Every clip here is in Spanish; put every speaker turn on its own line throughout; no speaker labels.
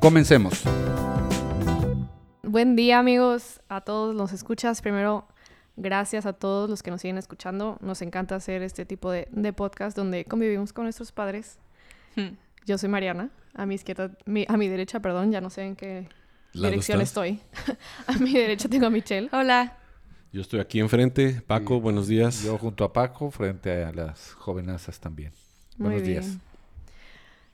Comencemos.
Buen día amigos, a todos los escuchas. Primero, gracias a todos los que nos siguen escuchando. Nos encanta hacer este tipo de, de podcast donde convivimos con nuestros padres. Yo soy Mariana, a mi izquierda, mi- a mi derecha, perdón, ya no sé en qué
Lado
dirección
estás.
estoy. a mi derecha tengo a Michelle.
Hola.
Yo estoy aquí enfrente. Paco,
Y-
buenos días.
Yo junto a Paco frente a las jovenazas también.
Muy
Buenos días.
bien.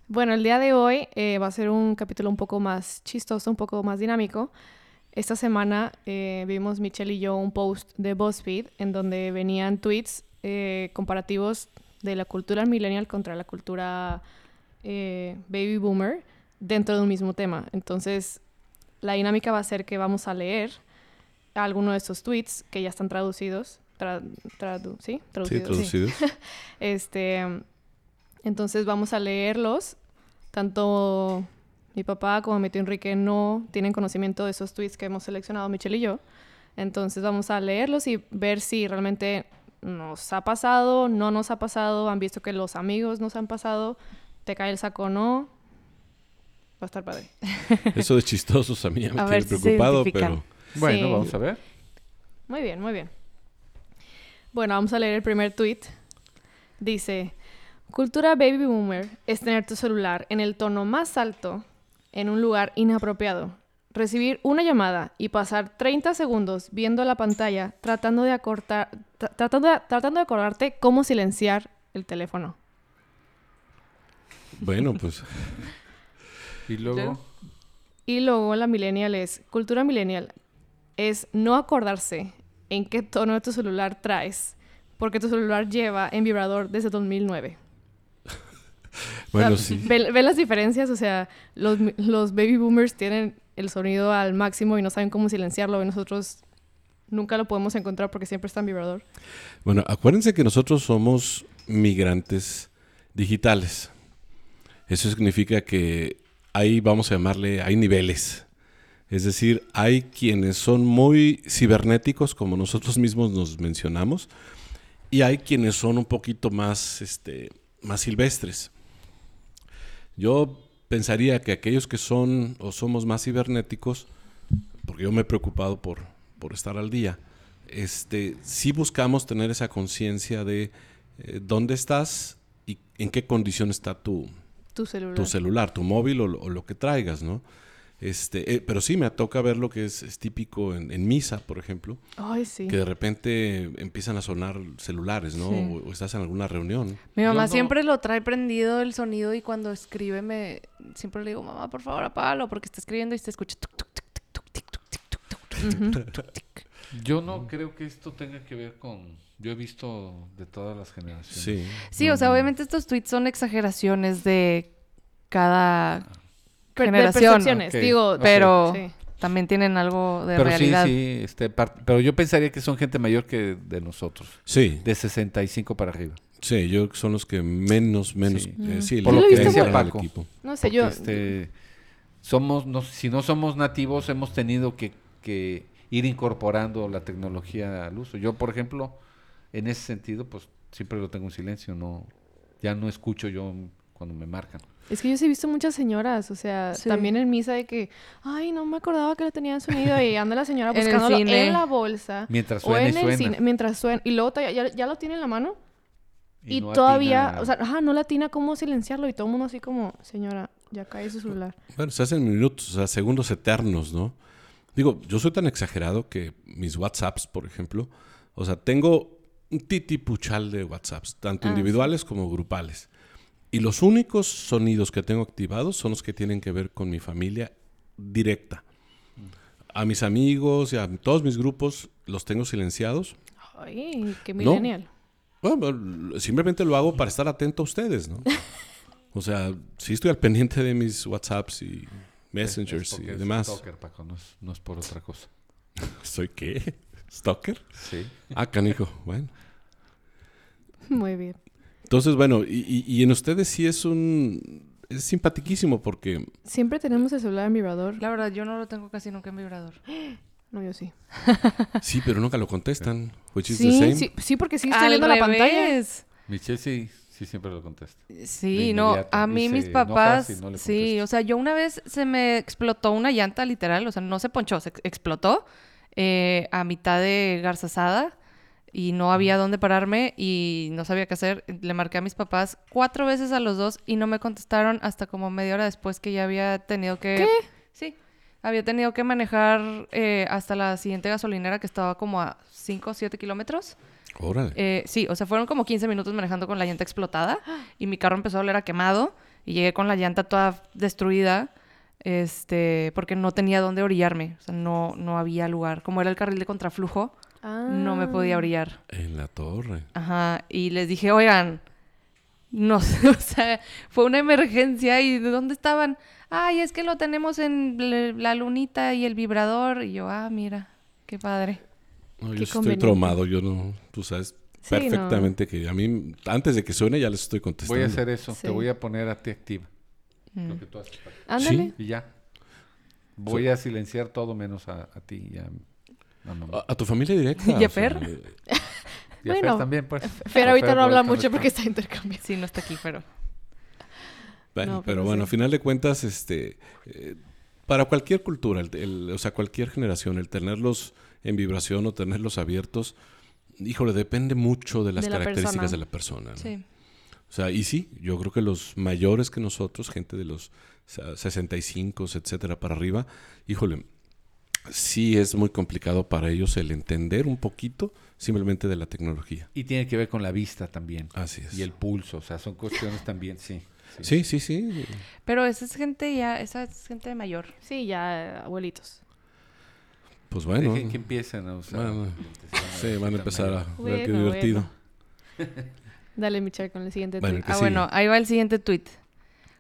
Bueno, el día de hoy eh, va a ser un capítulo un poco más chistoso, un poco más dinámico. Esta semana eh, vimos Michelle y yo un post de BuzzFeed en donde venían tweets eh, comparativos de la cultura millennial contra la cultura eh, baby boomer dentro de un mismo tema. Entonces, la dinámica va a ser que vamos a leer alguno de estos tweets que ya están traducidos. Tra- tradu- ¿sí?
Sí,
Traducidos. sí.
traducidos.
Este, entonces vamos a leerlos. Tanto mi papá como mi tío Enrique no tienen conocimiento de esos tweets que hemos seleccionado Michelle y yo. Entonces vamos a leerlos y ver si realmente nos ha pasado, no nos ha pasado, han visto que los amigos nos han pasado, te cae el saco o no. Va a estar padre.
Eso de chistosos a mí ya me
A
tiene
ver si se
preocupado,
identifican.
pero
Bueno,
Sí.
vamos a ver.
Muy bien, muy bien. Bueno, vamos a leer el primer tweet. Dice, cultura baby boomer es tener tu celular en el tono más alto, en un lugar inapropiado, recibir una llamada y pasar 30 segundos viendo la pantalla tratando de, acortar, tra- tratando de, tratando de acordarte cómo silenciar el teléfono.
bueno, pues
Y luego,
Y luego la millennial es, cultura millennial es no acordarse en qué tono de tu celular traes, porque tu celular lleva en vibrador desde 2009.
bueno,
O sea,
sí.
Ve, ve las diferencias, o sea, los, los baby boomers tienen el sonido al máximo y no saben cómo silenciarlo y nosotros nunca lo podemos encontrar porque siempre está en vibrador.
Bueno, acuérdense que nosotros somos migrantes digitales. Eso significa que ahí vamos a llamarle, hay niveles. Es decir, hay quienes son muy cibernéticos, como nosotros mismos nos mencionamos, y hay quienes son un poquito más, este, más silvestres. Yo pensaría que aquellos que son o somos más cibernéticos, porque yo me he preocupado por, por estar al día, este, sí buscamos tener esa conciencia de eh, dónde estás y en qué condición está tu,
Tu celular.
tu celular, tu móvil o, lo- o lo que traigas, ¿no? Este, eh, pero sí me toca ver lo que es, es típico en, en misa, por ejemplo,
Ay, sí.
que de repente empiezan a sonar celulares, ¿no?
Sí.
O, o estás en alguna reunión.
Mi
Yo
mamá
no-
siempre lo trae prendido el sonido y cuando escribe me siempre le digo, mamá, por favor, apágalo porque está escribiendo y se escucha. tuc, tuc, tuc, tuc, tuc, tuc, tuc, tuc, tuc, tuc,
Ujú.
tuc, tuc, tuc.
Yo no creo que esto tenga que ver con... Yo he visto de todas las generaciones.
Sí.
Sí, o sea, obviamente estos tweets son exageraciones de cada
Per- de
generación,
percepciones,
ok.
digo.
pero
sí.
también tienen algo de
Pero
realidad.
sí, sí, este, par- pero yo pensaría que son gente mayor que de nosotros,
Sí,
de 65 para arriba.
sí, yo creo que son los que menos, menos,
Sí.
eh, sí,
Por
le
lo que
entran
decía
al
Paco.
equipo.
No sé,
Porque,
yo...
este, somos, no- si no somos nativos, hemos tenido que, que ir incorporando la tecnología al uso. Yo, por ejemplo, en ese sentido, pues siempre lo tengo en silencio, no, ya no escucho yo cuando me marcan.
Es que yo sí he visto muchas señoras, o sea,
Sí.
también en misa de que, ay, no me acordaba que lo tenía en sonido y anda la señora
En el
buscándolo en,
cine.
la bolsa
Mientras
o
suena
en
y
el
suena.
cine mientras suena y luego todavía- ya, ya lo tiene en la mano y,
no
todavía,
atina-
o sea, ajá, no latina cómo silenciarlo y todo el mundo así como, señora, ya cae su celular.
Bueno, se hacen minutos, o sea, segundos eternos, ¿no? Digo, yo soy tan exagerado que mis WhatsApps, por ejemplo, o sea, tengo un titipuchal de WhatsApps, tanto
Ah,
individuales como grupales. Y los únicos sonidos que tengo activados son los que tienen que ver con mi familia directa. A mis amigos y a todos mis grupos los tengo silenciados.
Ay, qué
No.
millennial.
Bueno, l- simplemente lo hago para estar atento a ustedes, ¿no? O sea, sí estoy al pendiente de mis WhatsApps y Messengers y
porque es
demás.
stalker, Paco, no es, no es por otra cosa.
¿Soy qué? ¿Stalker?
Sí.
Ah, canijo. Bueno.
Muy bien.
Entonces, bueno, y, y- y en ustedes sí es un... Es simpaticísimo porque...
Siempre tenemos el celular en vibrador.
La verdad, yo no lo tengo casi nunca en vibrador.
No, yo sí.
Sí, pero nunca lo contestan. Which is the
Sí,
same.
sí, sí, porque sí estoy viendo la pantalla.
Michelle sí, sí siempre lo contesta.
Sí,
De
no,
inmediato,
a
y
mí
se
mis
enoja
papás,
si no le
sí, o sea, yo una vez se me explotó una llanta literal, o sea, no se ponchó, se ex- explotó eh, a mitad de garzasada y no había dónde pararme y no sabía qué hacer. Le marqué a mis papás cuatro veces a los dos y no me contestaron hasta como media hora después que ya había tenido que... ¿Qué? Sí, había tenido que manejar eh, hasta la siguiente gasolinera que estaba como a 5 o 7 kilómetros.
Órale.
Eh, sí, o sea, fueron como 15 minutos manejando con la llanta explotada y mi carro empezó a oler a quemado y llegué con la llanta toda destruida, este, porque no tenía dónde orillarme, o sea, no, no había lugar. Como era el carril de contraflujo,
Ah.
no me podía orillar.
En la torre.
Ajá, y les dije, oigan, no sé, o sea, fue una emergencia y ¿de dónde estaban? Ay, es que lo tenemos en le- la lunita y el vibrador y yo, ah, mira, qué padre.
No,
Qué
yo sí estoy
conveniente.
traumado. Yo no... Tú sabes
Sí, no.
perfectamente que a mí... Antes de que suene ya les estoy contestando.
Voy a hacer eso.
Sí.
Te voy a poner a ti activa.
Mm.
Lo que tú haces. Paco.
Ándale.
Y ya. Voy a silenciar todo menos a, a ti y a, a mamá.
A, a tu familia directa.
¿Y a
o sea,
Fer?
Y a Fer
bueno.
también, pues.
Pero
A
ahorita
Fer
no habla
Volcán
mucho porque
está-
está intercambiando.
Sí, no está aquí, pero...
Bueno,
No,
pero
pero sí.
bueno, a final de cuentas, este, eh, para cualquier cultura, el- el- o sea, cualquier generación, el tenerlos en vibración o tenerlos abiertos, híjole, depende mucho de las
De la
características
persona.
de la persona. ¿no?
Sí.
O sea, y sí, yo creo que los mayores que nosotros, gente de los o sea, 65, etcétera, para arriba, híjole, sí es muy complicado para ellos el entender un poquito simplemente de la tecnología.
Y tiene que ver con la vista también.
Así es.
Y el pulso. O sea, son cuestiones también, Ah, sí.
Sí, sí, sí.
Pero esa es gente ya, esa es gente mayor.
Sí, ya, abuelitos.
Pues bueno.
Dejen que empiecen a usar.
Bueno,
lentes.
Sí, van a empezar a ver qué
Bueno,
divertido.
bueno. Dale, Michelle, con el siguiente
Bueno,
tweet.
Que
ah,
sí.
bueno, ahí va el siguiente tweet.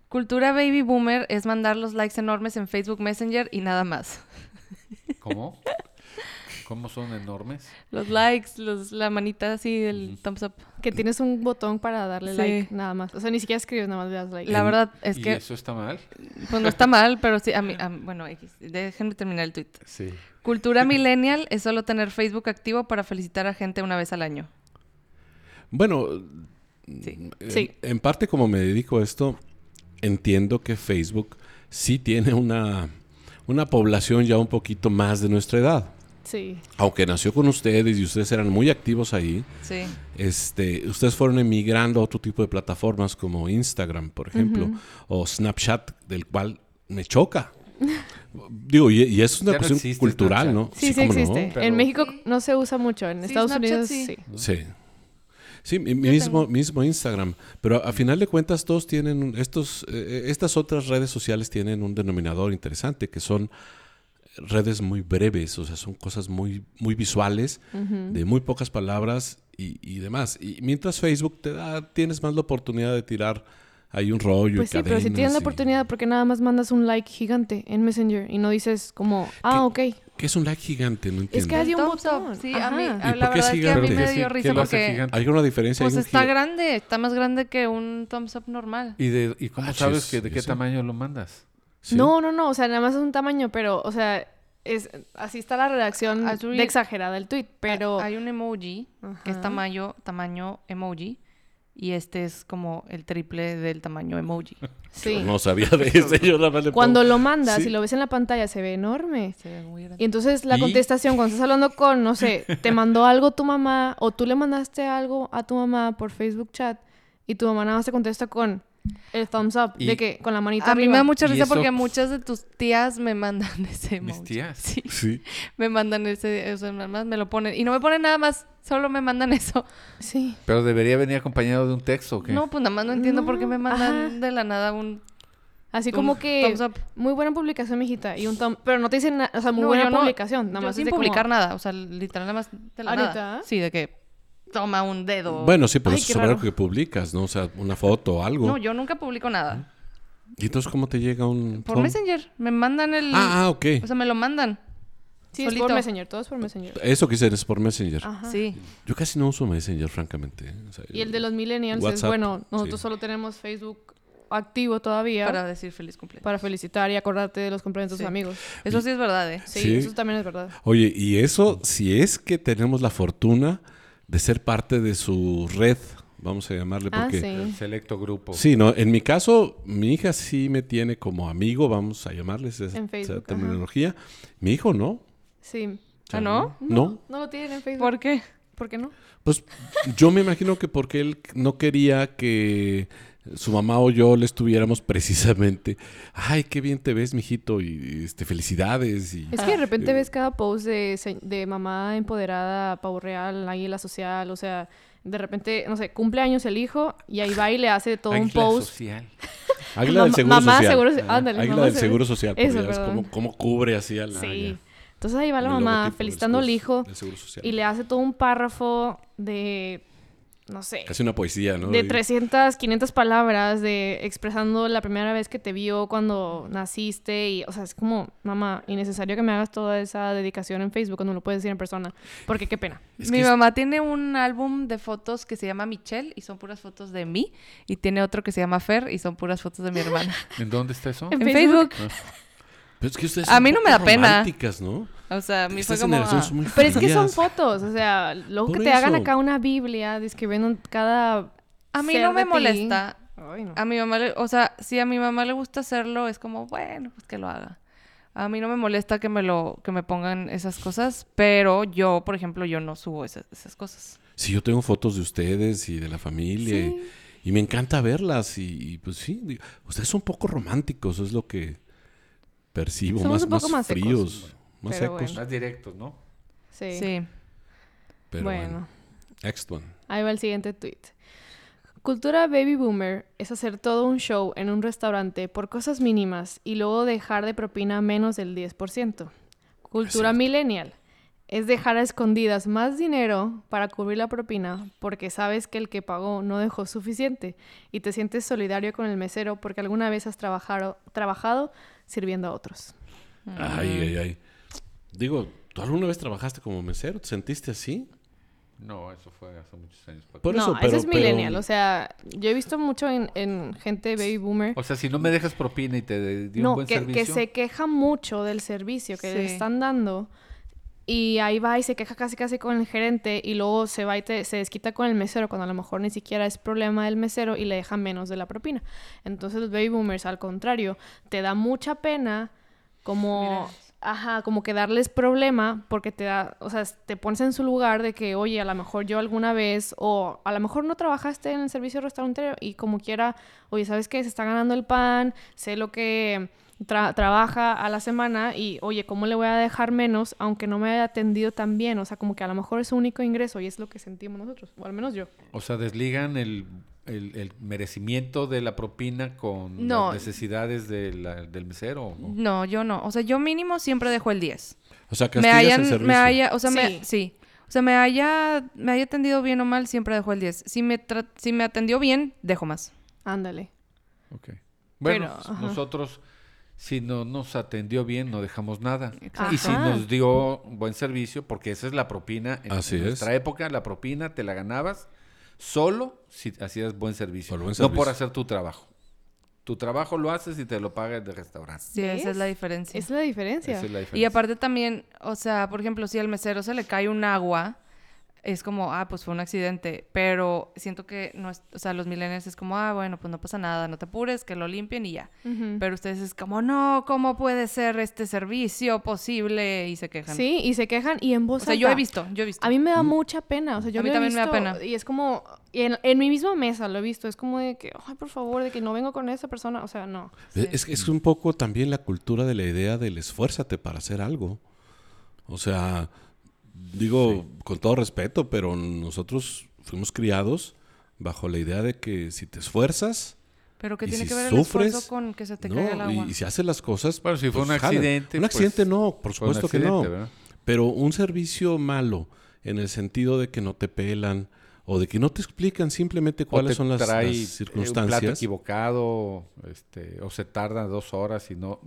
Cultura baby boomer es mandar los likes enormes en Facebook Messenger y nada más.
¿Cómo? ¿Cómo son enormes?
Los likes, los, la manita así, el thumbs up.
Que tienes un botón para darle
Sí.
like, nada más. O sea, ni siquiera escribes, nada más le das like.
La verdad es
¿Y
que,
eso está mal?
pues no está mal, pero sí, a mí, a mí- bueno, X, déjenme terminar el tweet.
Sí.
Cultura millennial es solo tener Facebook activo para felicitar a gente una vez al año.
Bueno,
Sí.
en-
Sí.
En, parte como me dedico a esto, entiendo que Facebook sí tiene una, una población ya un poquito más de nuestra edad.
Sí.
Aunque nació con ustedes y ustedes eran muy activos ahí,
Sí.
este, ustedes fueron emigrando a otro tipo de plataformas como Instagram, por ejemplo, o Snapchat, del cual me choca. Digo, y, y es
Ya
una
no
cuestión
existe
cultural,
Snapchat.
¿no?
Sí, sí,
cómo no.
existe.
Pero-
En México no se usa mucho. En
Sí,
Estados
Snapchat
Unidos
sí.
sí.
Sí. Sí, mi- mismo, mismo Instagram. Pero a, a final de cuentas, todos tienen un- estos, eh, estas otras redes sociales tienen un denominador interesante, que son redes muy breves, o sea, son cosas muy, muy visuales, de muy pocas palabras y, y demás. Y mientras Facebook te da, tienes más la oportunidad de tirar ahí un rollo.
Pues
y
sí, pero si
cadenas
tienes la
y-
oportunidad, porque nada más mandas un like gigante en Messenger y no dices como, ah, ok.
Que es un like gigante, no entiendo.
Es que hay
El
un
thumbs up,
botón.
Sí, a mí,
Ajá.
a-
¿Y
la
por qué
verdad es
es
que a mí
gigante?
me
Sí,
dio
¿qué
risa
lo hace
porque...
gigante?
Hay una diferencia. hay
Pues
un
está
giga-
grande, está más grande que un thumbs up normal.
¿Y, de, y cómo
Ah,
sabes
chis,
que de
yo
qué
sí.
tamaño lo mandas?
Sí.
No, no, no. O sea, nada más es un tamaño, pero, o sea, es, así está la redacción
Ah, tú-
de exagerada del tweet, pero...
Ah, hay un emoji que es
Ajá.
tamaño, tamaño emoji y este es como el triple del tamaño emoji.
Sí.
Pues No sabía de eso. Yo nada más le
Cuando lo mandas
Sí.
y lo ves en la pantalla se ve enorme.
Se ve muy
Y
grande.
entonces la
¿Y?
contestación, cuando estás hablando con, no sé, te mandó algo tu mamá o tú le mandaste algo a tu mamá por Facebook chat y tu mamá nada más te contesta con el thumbs up,
¿Y?
de que con la manita
A mí me da
arriba.
mucha
¿Y
risa
eso?
porque muchas de tus tías me mandan ese emoji.
¿Mis tías?
Sí,
Sí.
me mandan ese, o sea, nada más me lo ponen. Y no me ponen nada más, solo me mandan eso.
Sí.
Pero debería venir acompañado de un texto, ¿o qué?
No, pues nada más no entiendo por qué me
No,
mandan
ajá.
de la nada un
Así
Un
como que
thumbs up.
muy buena publicación, mijita, y un thumb, pero no te dicen nada, o sea, muy
No,
buena
yo no-
publicación, nada
yo
más es
sin
de como-
publicar nada, o sea, literal nada más de la
¿Ahorita?
nada. Sí, de que toma un dedo.
Bueno, sí, pues, pero
Ay,
eso
qué
es algo
raro.
que publicas, ¿no? O sea, una foto o algo.
no, yo nunca publico nada.
¿Y entonces cómo te llega un...
Por
phone?
Messenger. Me mandan el...
Ah, ah, ok.
O sea, me lo mandan.
Sí, es
Solito.
por Messenger, todo es por Messenger.
Eso quise es por Messenger.
Ajá.
Sí.
Yo casi no uso Messenger, francamente. ¿eh? O sea,
Y el de los millennials es,
WhatsApp,
bueno, nosotros
sí.
solo tenemos Facebook activo todavía
Para
para,
decir feliz cumpleaños.
felicitar y acordarte de los cumpleaños de
Sí.
tus amigos.
Eso sí es verdad, ¿eh?
Sí,
Sí.
eso también es verdad.
Oye, y eso si es que tenemos la fortuna de ser parte de su red, vamos a llamarle
Ah,
porque...
sí.
El
pues.
selecto grupo.
Sí, no, en mi caso, mi hija sí me tiene como amigo, vamos a llamarles esa,
En
esa
Facebook, ajá.
terminología. Mi hijo no.
Sí.
¿Ah, no?
No.
No lo tienen en Facebook.
¿Por qué?
¿Por qué no?
Pues yo me imagino que porque él no quería que su mamá o yo le estuviéramos precisamente, ay, qué bien te ves, mijito, y este felicidades y
Es que de repente
Eh,
ves cada post de, se- de mamá empoderada, pavo real, águila social, o sea, de repente, no sé, cumpleaños el hijo y ahí va y le hace todo un
Águila
post.
social.
águila del
Pues Mamá-
seguro
mamá
social. Ah,
seguro- ándale,
águila
mamá
del
seguro-
seguro social, porque
Eso,
ya ves
perdón.
cómo, cómo cubre así a la
Sí.
ya,
Entonces ahí va la
el
mamá
logotipo,
felicitando
el
al hijo
del seguro social.
y le hace todo un párrafo de, no sé,
Casi una poesía, ¿no?
de
Y-
300, 500 palabras, de expresando la primera vez que te vio cuando naciste y, o sea, es como, mamá, innecesario que me hagas toda esa dedicación en Facebook cuando lo puedes decir en persona, porque qué pena.
Es
Mi
que es-
mamá tiene un álbum de fotos que se llama Michelle y son puras fotos de mí. Y tiene otro que se llama Fer y son puras fotos de mi hermana.
¿En dónde está eso?
en
En
Facebook.
Facebook.
Pero pues es que ustedes
A
son
mí no me da
poco
pena.
románticas, ¿no?
O sea, a mí fue
Estas
como...
generaciones
ah,
son muy
Pero es que son
frías.
fotos, o sea, luego
Por
que te hagan
eso.
acá una Biblia describiendo cada...
A mí
ser
no
de
me
ti.
molesta.
Ay, no.
A mi mamá, le- o sea, si a mi mamá le gusta hacerlo, es como, bueno, pues que lo haga. A mí no me molesta que me lo que me pongan esas cosas, pero yo, por ejemplo, yo no subo esas, esas cosas.
Sí, yo tengo fotos de ustedes y de la familia y- y, me encanta verlas y, y, pues sí, digo, ustedes son un poco románticos, es lo que percibo,
Somos
más,
un poco
más
más secos,
fríos, más
pero
secos.
bueno.
Más directos, ¿no?
Sí.
Sí.
Pero
bueno.
bueno. next one.
ahí va el siguiente tweet. Cultura baby boomer es hacer todo un show en un restaurante por cosas mínimas y luego dejar de propina menos del 10%. Cultura
cierto.
millennial es dejar a escondidas más dinero para cubrir la propina porque sabes que el que pagó no dejó suficiente y te sientes solidario con el mesero porque alguna vez has trabajado, trabajado sirviendo a otros.
Ay, ay, ay. Digo, ¿tú alguna vez trabajaste como mesero? ¿Te sentiste así?
No, eso fue hace muchos años. Paco.
Por
no,
eso, pero-
es
pero-
millennial. O sea, yo he visto mucho en, en gente baby boomer.
O sea, si no me dejas propina y te de- di un
No,
buen
que, que
servicio.
se queja mucho del servicio que le
Sí.
están dando. Y ahí va y se queja casi casi con el gerente y luego se va y te- se desquita con el mesero cuando a lo mejor ni siquiera es problema del mesero y le deja menos de la propina. Entonces los baby boomers al contrario, te da mucha pena como
Mirarlos.
ajá, como que darles problema porque te da, o sea, te pones en su lugar de que, oye, a lo mejor yo alguna vez o a lo mejor no trabajaste en el servicio restaurantero y como quiera, oye, ¿sabes qué? Se está ganando el pan, sé lo que tra- trabaja a la semana y, oye, ¿cómo le voy a dejar menos aunque no me haya atendido tan bien? O sea, como que a lo mejor es su único ingreso y es lo que sentimos nosotros, o al menos yo.
O sea, desligan el, el- el merecimiento de la propina con
No.
las necesidades de la- del mesero. ¿o no?
No, yo no. O sea, yo mínimo siempre dejo el 10.
O sea,
Me
castigas el
hayan,
servicio.
me haya, o sea, me,
Sí.
sí. O sea, me haya, me haya atendido bien o mal, siempre dejo el 10. Si me, tra- si me atendió bien, dejo más.
Ándale.
Ok. Bueno,
Pero,
pues,
ajá.
nosotros, si no nos atendió bien, no dejamos nada.
Exacto.
Y si
Ajá.
nos dio buen servicio, porque esa es la propina. En,
Así
en
es.
nuestra época, la propina te la ganabas solo si hacías buen servicio.
Por buen
No por
servicio.
hacer tu trabajo. Tu trabajo lo haces y te lo pagas de restaurante.
Sí, esa es la diferencia.
Esa es la diferencia.
Esa es la
Y
diferencia.
aparte también, o sea, por ejemplo, si al mesero se le cae un agua, es como, ah, pues fue un accidente, pero siento que, no es- o sea, los millennials es como, ah, bueno, pues no pasa nada, no te apures, que lo limpien y ya.
Ujú.
Pero ustedes es como, no, ¿cómo puede ser este servicio posible? Y se quejan.
Sí, y se quejan y en
O
voz
sea, yo he
alta.
visto, yo he visto.
A mí me da mucha pena, o sea, yo
A mí
lo he
también me da
visto
pena.
Y es como, y en, en mi misma mesa lo he visto, es como de que, ay, por favor, de que no vengo con esa persona, o sea, no.
Sí.
e, Es, es un poco también la cultura de la idea del esfuérzate para hacer algo. O sea, digo con todo respeto, pero nosotros fuimos criados bajo la idea de que si te esfuerzas,
Pero que
y
tiene
si
que ver el
sufres,
esfuerzo con que se te
¿no?
caiga el agua.
y, y si haces las cosas...
Bueno, si fue un
jalan.
accidente,
Un
pues,
accidente no, por
Fue un
supuesto que no.
accidente, ¿verdad?
Pero un servicio malo, en el sentido de que no te pelan, o de que no te explican simplemente
O
cuáles
te
son las,
trae,
las
eh, Un plato
circunstancias.
equivocado, este, o se tarda dos horas y no,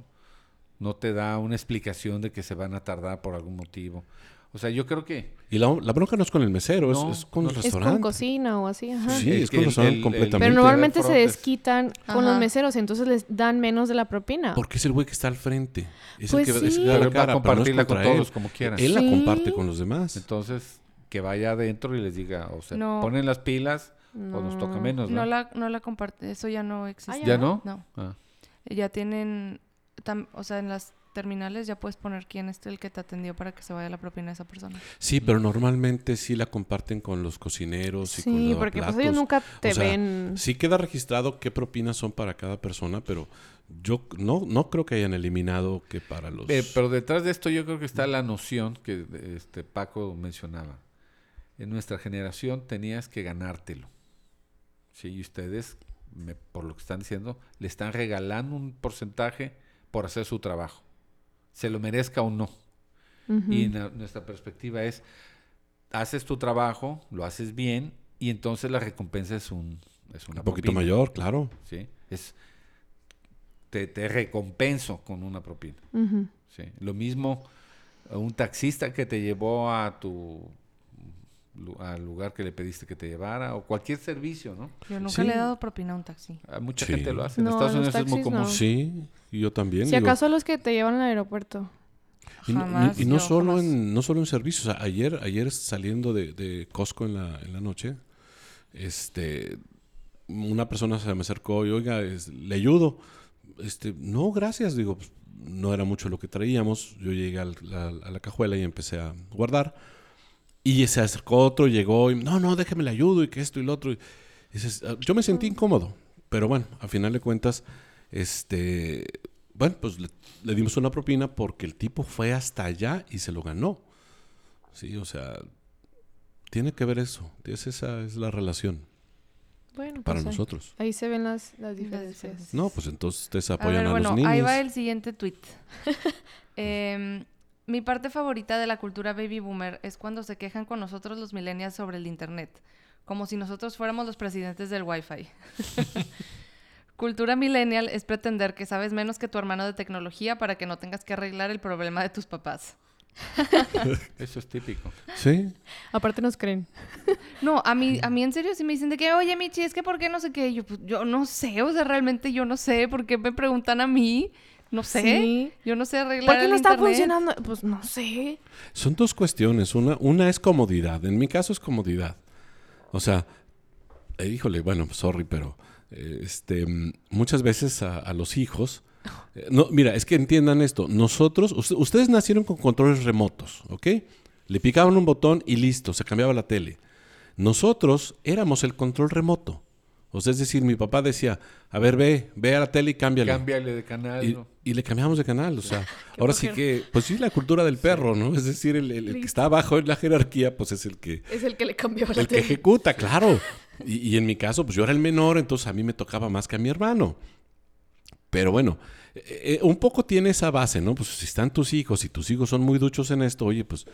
no te da una explicación de que se van a tardar por algún motivo. O sea, yo creo que
y la, la bronca no es con el mesero, es-
No,
es, con
no.
el
Es con
restaurante.
cocina o así, ajá.
Pues Sí,
El
es
que-
con
el-
los
el-
restaurantes
el-
completamente.
Pero
también te
normalmente se
frotes.
desquitan con
Ajá.
los meseros, entonces les dan menos de la propina.
Porque es el güey que está al frente. Es
Pues
el que, es el
sí.
que da la
Pero va a
cara, pero no es
compartirla con
contra él.
todos como quiera.
Él la
Sí.
comparte con los demás.
Entonces, que vaya adentro y les diga, o se
No.
ponen las pilas o nos toca menos, ¿no?
No la, no la comparte, eso ya no existe.
Ah,
¿Ya no?
No.
Ah.
Ya tienen, tam- o sea, en las terminales ya puedes poner quién es el que te atendió para que se vaya la propina a esa persona.
Sí, pero normalmente sí la comparten con los cocineros y con
Sí,
los
porque pues
lavaplatos.
ellos nunca te
O sea,
ven.
Sí queda registrado qué propinas son para cada persona, pero yo no, no creo que hayan eliminado que para los...
Eh, pero detrás de esto yo creo que está la noción que este Paco mencionaba. En nuestra generación tenías que ganártelo. Sí, y ustedes, me- por lo que están diciendo, le están regalando un porcentaje por hacer su trabajo. Se lo merezca o no.
Ujú.
Y na- nuestra perspectiva es, haces tu trabajo, lo haces bien, y entonces la recompensa es, un, es una
un poquito
propina,
mayor, claro.
¿sí? Es, te, te recompenso con una propina.
Ujú.
Sí. Lo mismo a un taxista que te llevó a tu lu- al lugar que le pediste que te llevara o cualquier servicio, ¿no?
Yo nunca
Sí.
le he dado propina a un taxi.
A mucha
Sí.
gente lo hace. En
No,
Estados
los
Unidos es muy
taxis
común.
no.
Sí, y yo también.
Si
digo,
acaso los que te llevan al aeropuerto.
y, no-
Jamás,
y no
yo
solo
jamás.
en no solo en servicios. O sea, ayer, ayer saliendo de, de Costco en la, en la noche, este, una persona se me acercó y, oiga, es- le ayudo. Este, no, gracias. Digo, pues, no era mucho lo que traíamos. Yo llegué al- la- a la cajuela y empecé a guardar. Y se acercó otro, llegó y, no, no, déjame le ayudo y que esto y lo otro. Y dices, ah, yo me sentí
Mm.
incómodo, pero bueno, a final de cuentas, este, bueno, pues le, le dimos una propina porque el tipo fue hasta allá y se lo ganó. Sí, o sea, tiene que ver eso. Es, esa es la relación
Bueno,
para
pues ahí-
nosotros.
Ahí se ven las, las diferencias.
diferencias.
No, pues entonces ustedes
A
apoyan a,
ver, bueno,
los niños.
ahí va el siguiente tweet. Em, mi parte favorita de la cultura baby boomer es cuando se quejan con nosotros los millennials sobre el internet, como si nosotros fuéramos los presidentes del wifi. Cultura millennial es pretender que sabes menos que tu hermano de tecnología para que no tengas que arreglar el problema de tus papás.
Eso es típico.
Sí,
Aparte nos creen.
No, a mí, a mí en serio sí me dicen de que, oye, Michi, es que ¿por qué no sé qué? Yo, pues, yo no sé, o sea, realmente yo no sé, ¿por qué me preguntan a mí? No sé.
Sí.
Yo no sé arreglar
¿Por qué
el
no está
internet.
funcionando? Pues no sé.
son dos cuestiones. Una, una es comodidad. En mi caso es comodidad. O sea, eh, híjole, bueno, sorry, pero eh, este, mm, muchas veces a, a los hijos. eh, No, mira, es que entiendan esto. Nosotros, us- ustedes nacieron con controles remotos, ¿ok? Le picaban un botón y listo, se cambiaba la tele. Nosotros éramos el control remoto. O sea, es decir, mi papá decía, a ver, ve, ve a la tele y cámbiale.
Cámbiale de canal.
Y,
¿no?
y le cambiamos de canal, o sea, ahora sí que, pues sí, la cultura del perro, ¿no? Es decir, el, el- el que está abajo en la jerarquía, pues es el que,
Es el que le cambió la
el que ejecuta, claro. Y, y en mi caso, pues yo era el menor, entonces a mí me tocaba más que a mi hermano. Pero bueno, eh, eh, un poco tiene esa base, ¿no? Pues si están tus hijos y tus hijos son muy duchos en esto, oye, pues,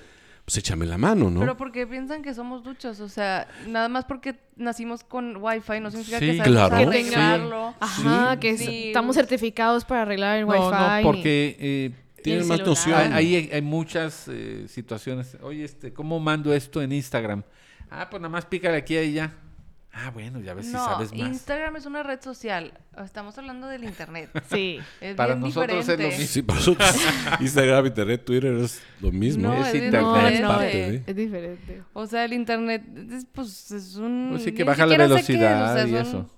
pues échame la mano, ¿no?
Pero porque piensan que somos duchos, o sea, nada más porque nacimos con wifi no significa que
Sí,
sabemos
claro.
arreglarlo.
Que tenga- Ajá, que es-
Sí.
estamos certificados para arreglar el
No,
wifi.
no,
y-
porque eh,
Tienen
el
más
celular.
noción.
hay, hay- hay muchas eh, situaciones. Oye, este, ¿cómo mando esto en Instagram? Ah, pues nada más pícale aquí y ya. Ah, bueno, ya ves si
No,
sabes más.
Instagram es una red social. Estamos hablando del internet.
Sí.
Es
Para
bien
nosotros es lo
diferente.
mismo.
Sí, por eso, pues, Instagram, Internet, Twitter es lo mismo.
No,
Es
es,
internet.
No,
internet.
no,
Parte
es,
de-
es diferente.
O sea, el internet es, pues, es un...
Pues sí, que
ni
baja la
siquiera sé qué es,
velocidad y
son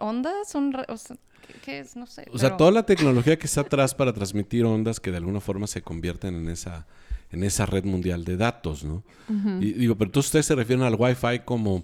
¿Ondas? ¿Son re- o sea, ¿qué, qué es? No sé.
O sea,
pero-
toda la tecnología que está atrás para transmitir ondas que de alguna forma se convierten en esa, en esa red mundial de datos, ¿no? Y digo, pero entonces ustedes se refieren al Wi-Fi como,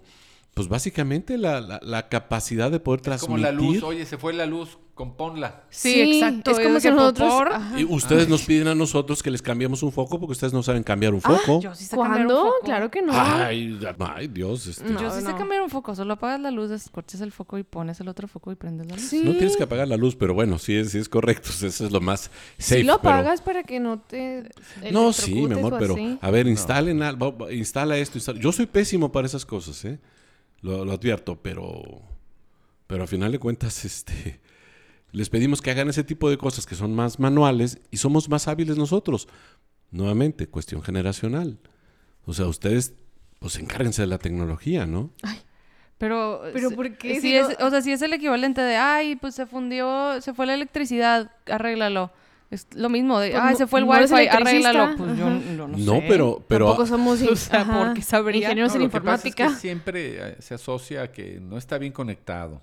pues básicamente la, la- la capacidad de poder
Es como
transmitir.
la luz. Oye, se fue la luz. Componla.
Sí, exacto,
Es como
es
si
que
nosotros. ah,
por-
Ajá.
Y ustedes nos piden a nosotros que les cambiemos un foco porque ustedes no saben cambiar un
Ah,
foco.
Yo sí sé cambiar un
¿Cuándo?
foco.
Claro que no.
Ay, ay, Dios. este,
No.
Yo sí sé
no.
cambiar un foco. Solo apagas la luz, descorches el foco y pones el otro foco y prendes la luz.
Sí.
No tienes que apagar la luz, pero bueno, sí, es- sí es correcto. Eso es lo más safe.
Si lo
pero-
pagas para que no te.
No, sí, mi
electrocutes
amor,
o
pero ah,
así.
a ver, instalen al- va- va- instala esto. instala- Yo soy pésimo para esas cosas, ¿eh? Lo, lo advierto, pero. Pero a final de cuentas, este. Les pedimos que hagan ese tipo de cosas que son más manuales y somos más hábiles nosotros. Nuevamente, cuestión generacional. O sea, ustedes, pues encárguense de la tecnología, ¿no?
Pero,
Pero,
si-
¿por qué?
si
Si no-
es- o sea, si es el equivalente de, ay, pues se fundió, se fue la electricidad, arréglalo. Es lo mismo de,
Pues
ay,
no-
se fue el
no eres
wifi, arréglalo.
electricista.
Pues yo
Ajá.
no, no
No,
sé.
pero, pero ah,
Tampoco somos in-
O sea,
ajá,
¿por qué sabría?
ingenieros en
lo que pasa es que
informática.
siempre eh, se asocia a que no está bien conectado.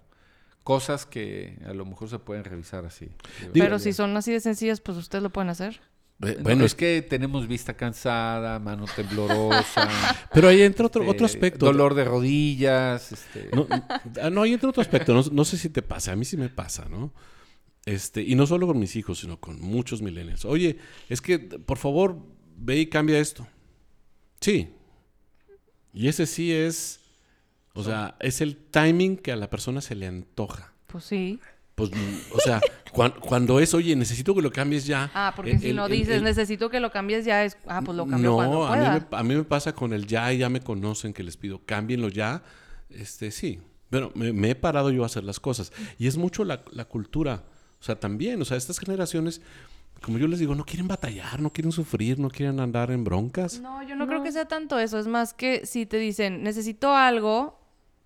Cosas que a lo mejor se pueden revisar así.
Pero si son así de sencillas, pues ustedes lo pueden hacer.
eh,
No,
bueno,
es
es
que
que,
tenemos vista cansada, mano temblorosa.
pero ahí entra otro,
este,
otro aspecto.
Dolor de rodillas. Este,
No, n- ah, no, y entra otro aspecto. No, no sé si te pasa, a mí sí me pasa, ¿no? Este, y no solo con mis hijos, sino con muchos millennials. Oye, es que por favor, ve y cambia esto. Sí. Y ese sí es. O sea, es el timing que a la persona se le antoja.
Pues sí.
Pues, mm, o sea, cuan- cuando es, oye, necesito que lo cambies ya.
Ah, porque
el-
si
el-
no
el-
dices,
el-
necesito que lo cambies ya, es, ah, pues lo cambio
no,
cuando
a mí,
pueda.
me, a mí me pasa con el ya y ya me conocen que les pido, cámbienlo ya. Este, sí. Bueno, me, me he parado yo a hacer las cosas. Y es mucho la, la cultura. O sea, también, o sea, estas generaciones, como yo les digo, no quieren batallar, no quieren sufrir, no quieren andar en broncas.
No, yo no, creo que sea tanto eso. Es más que si te dicen, necesito algo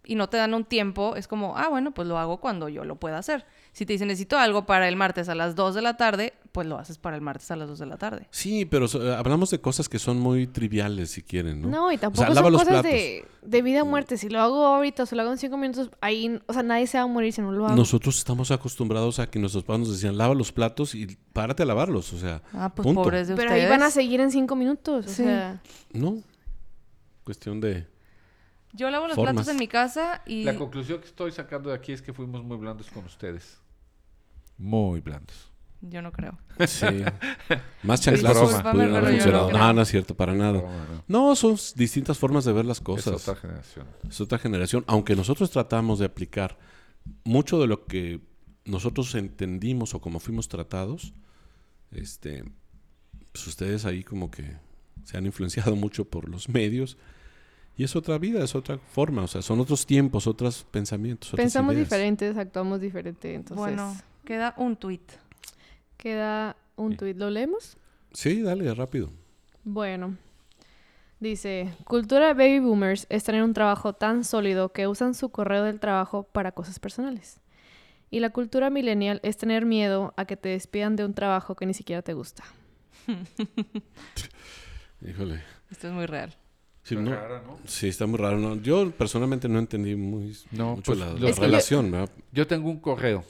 y no te dan un tiempo, es como, ah, bueno, pues lo hago cuando yo lo pueda hacer. Si te dicen, necesito algo para el martes a las 2 de la tarde, pues lo haces para el martes a las 2 de la tarde.
Sí, pero so- hablamos de cosas que son muy triviales, si quieren, ¿no?
No, y tampoco
lava
son
los
cosas
platos.
de, de vida o muerte. Si lo hago ahorita o se lo hago en cinco minutos, ahí, o sea, nadie se va a morir si no lo hago.
Nosotros estamos acostumbrados a que nuestros padres nos decían, lava los platos y párate a lavarlos, o sea,
Ah, pues
punto.
pobres de
Pero
ustedes.
ahí van a seguir en cinco minutos. O
Sí.
sea,
No, cuestión de...
Yo lavo los
Formas.
platos en mi casa y...
La conclusión que estoy sacando de aquí es que fuimos muy blandos con ustedes. Muy blandos.
Yo no creo.
Sí. Más
Es
chanclazos
broma.
pudieron
Discúlpame, pero yo no
haber funcionado.
creo.
No, no es cierto, para nada.
Broma, ¿no?
No, son s- distintas formas de ver las
Es
cosas.
otra generación.
Es otra generación. Aunque nosotros tratamos de aplicar mucho de lo que nosotros entendimos o como fuimos tratados, este, pues ustedes ahí como que se han influenciado mucho por los medios. Y es otra vida, es otra forma. O sea, son otros tiempos, otros pensamientos.
Pues
otras
pensamos
ideas.
diferentes, actuamos diferente. Entonces,
Bueno, queda un tweet.
queda un tuit. ¿Lo leemos?
Sí, dale, rápido.
Bueno. Dice, cultura baby boomers es tener un trabajo tan sólido que usan su correo del trabajo para cosas personales. Y la cultura millennial es tener miedo a que te despidan de un trabajo que ni siquiera te gusta.
Híjole.
Esto es muy real.
Sí,
Está
no-
rara, ¿no?
Sí, está muy raro. ¿no? Yo personalmente no entendí muy,
No,
mucho
pues,
la,
los
la
Es que yo-
relación, ¿verdad?
Yo tengo un correo.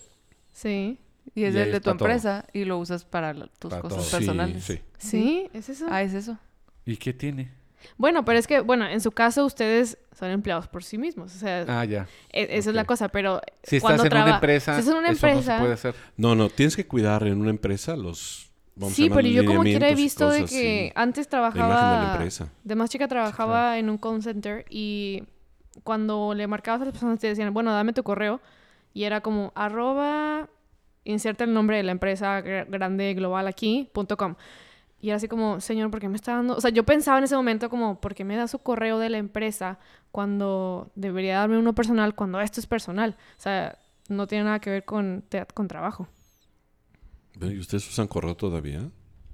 Sí.
Y es
Y ahí
el de tu
está todo.
empresa y lo usas para la- tus
Para
cosas
todo. Sí,
personales.
sí.
¿Sí? ¿Es eso?
Ah, es eso.
¿Y qué tiene?
Bueno, pero es que, bueno, en su caso ustedes son empleados por sí mismos. O sea,
Ah, ya.
e- esa es la
ok.
cosa, pero
Si estás
cuando
en una
traba-
empresa,
si estás en una
eso no se
empresa,
puede hacer.
No, no, tienes que cuidar en una empresa los. vamos a
sí,
llamar
pero yo como quiera he
lineamientos y
visto de
cosas,
que
sí.
antes
La imagen de la
trabajaba...
empresa.
De más chica trabajaba en un call center y cuando le marcabas a las personas te decían, bueno, dame tu correo. Y era como arroba, inserta el nombre de la empresa gr- grande global aquí, punto com. Y era así como, señor, ¿por qué me está dando? O sea, yo pensaba en ese momento como, ¿por qué me da su correo de la empresa cuando debería darme uno personal cuando esto es personal? O sea, no tiene nada que ver con, te- con trabajo.
Ve, ¿Y ustedes usan correo todavía?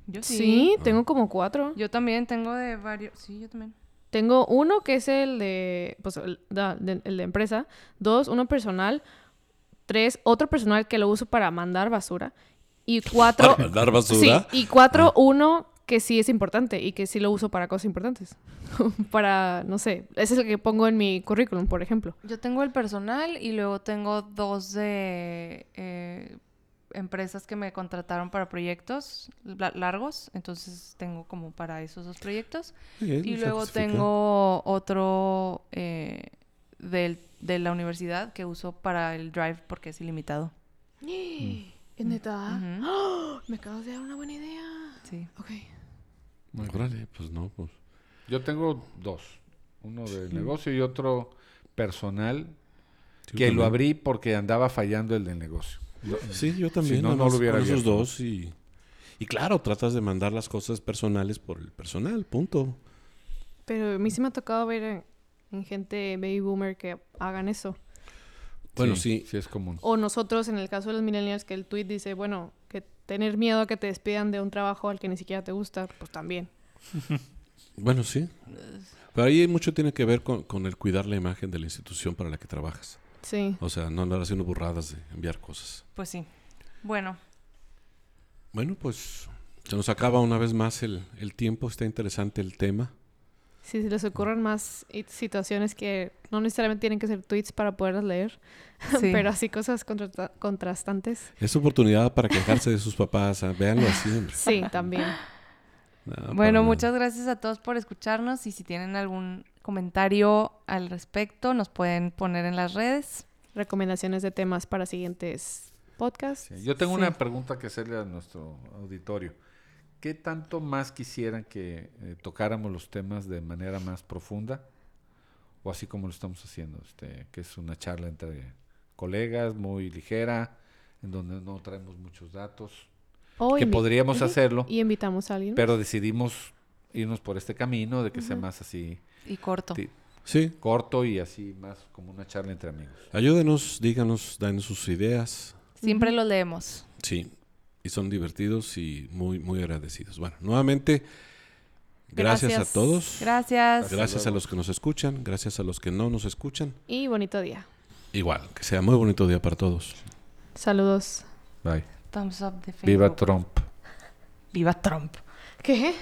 Yo
Sí,
sí.
Ah.
tengo como cuatro.
Yo también tengo de varios. Sí, yo también.
Tengo uno que es el de, pues, el, da- de, el de empresa. Dos, uno personal. Tres, otro personal que lo uso para mandar basura. Y cuatro...
Para mandar basura. Ah.
Sí, y cuatro, uno que sí es importante y que sí lo uso para cosas importantes. para, no sé, ese es el que pongo en mi currículum, por ejemplo.
Yo tengo el personal y luego tengo dos de eh, empresas que me contrataron para proyectos la- largos, entonces tengo como para esos dos proyectos.
Sí,
Y
se
luego
justifica.
tengo otro eh, del- de la universidad que uso para el drive porque es ilimitado.
¿Es neta?
Ujú,
Me acabas de dar una buena idea.
Sí.
Ok.
Órale, pues no, pues.
Yo tengo dos. Uno del negocio y otro personal
Sí,
que
yo
lo
también.
abrí porque andaba fallando el del negocio.
Sí, yo también.
Si no,
nada
no
más
lo hubiera
con esos
abierto.
dos y. Y claro, tratas de mandar las cosas personales por el personal, punto.
Pero a mí sí me ha tocado ver en, en gente baby boomer que hagan eso.
Bueno, sí.
sí. es común.
O nosotros, en el caso de los millennials, que el tweet dice, bueno, que tener miedo a que te despidan de un trabajo al que ni siquiera te gusta, pues también.
Bueno, sí.
Pues
Pero ahí mucho tiene que ver con, con el cuidar la imagen de la institución para la que trabajas.
Sí.
O sea, no andar haciendo burradas de enviar cosas.
Pues sí. Bueno,
Bueno, pues se nos acaba una vez más el, el tiempo. Está interesante el tema.
Si se les ocurren más it- situaciones que no necesariamente tienen que ser tweets para poderlas leer,
sí.
pero así cosas contrasta- contrastantes.
Es oportunidad para quejarse de sus papás. ¿ah? Véanlo así. hombre.
Sí, también.
No, Ah, para
Bueno,
nada.
muchas gracias a todos por escucharnos y si tienen algún comentario al respecto nos pueden poner en las redes.
Recomendaciones de temas para siguientes podcasts.
Sí, Yo tengo
Sí.
una pregunta que hacerle a nuestro auditorio. ¿Qué tanto más quisieran que eh, tocáramos los temas de manera más profunda? O así como lo estamos haciendo, este, que es una charla entre colegas, muy ligera, en donde no traemos muchos datos,
O
que
invi-
podríamos
Ujú.
hacerlo,
Y invitamos a alguien.
pero decidimos irnos por este camino de que sea más así
Y corto.
ti-
Sí,
corto y así más como una charla entre amigos.
ayúdenos, díganos, dan sus ideas.
Siempre lo leemos.
Sí, y son divertidos y muy, muy agradecidos. Bueno, nuevamente, gracias,
Gracias.
a todos.
Gracias.
Gracias, a los que nos escuchan, gracias a los que no nos escuchan.
Y bonito día.
Igual, que sea muy bonito día para todos.
Saludos.
Bye.
Thumbs up de Facebook.
Viva Trump.
Viva Trump.
¿Qué?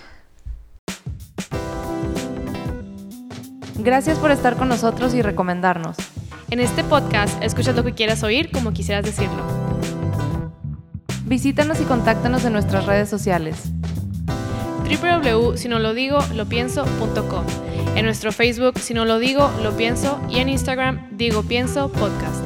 Gracias por estar con nosotros y recomendarnos.
En este podcast escuchas lo que quieras oír como quisieras decirlo.
Visítanos y contáctanos en nuestras redes sociales.
www.sinolodigolopienso.com. En nuestro Facebook, Si No Lo Digo, Lo Pienso y en Instagram, Digo Pienso Podcast.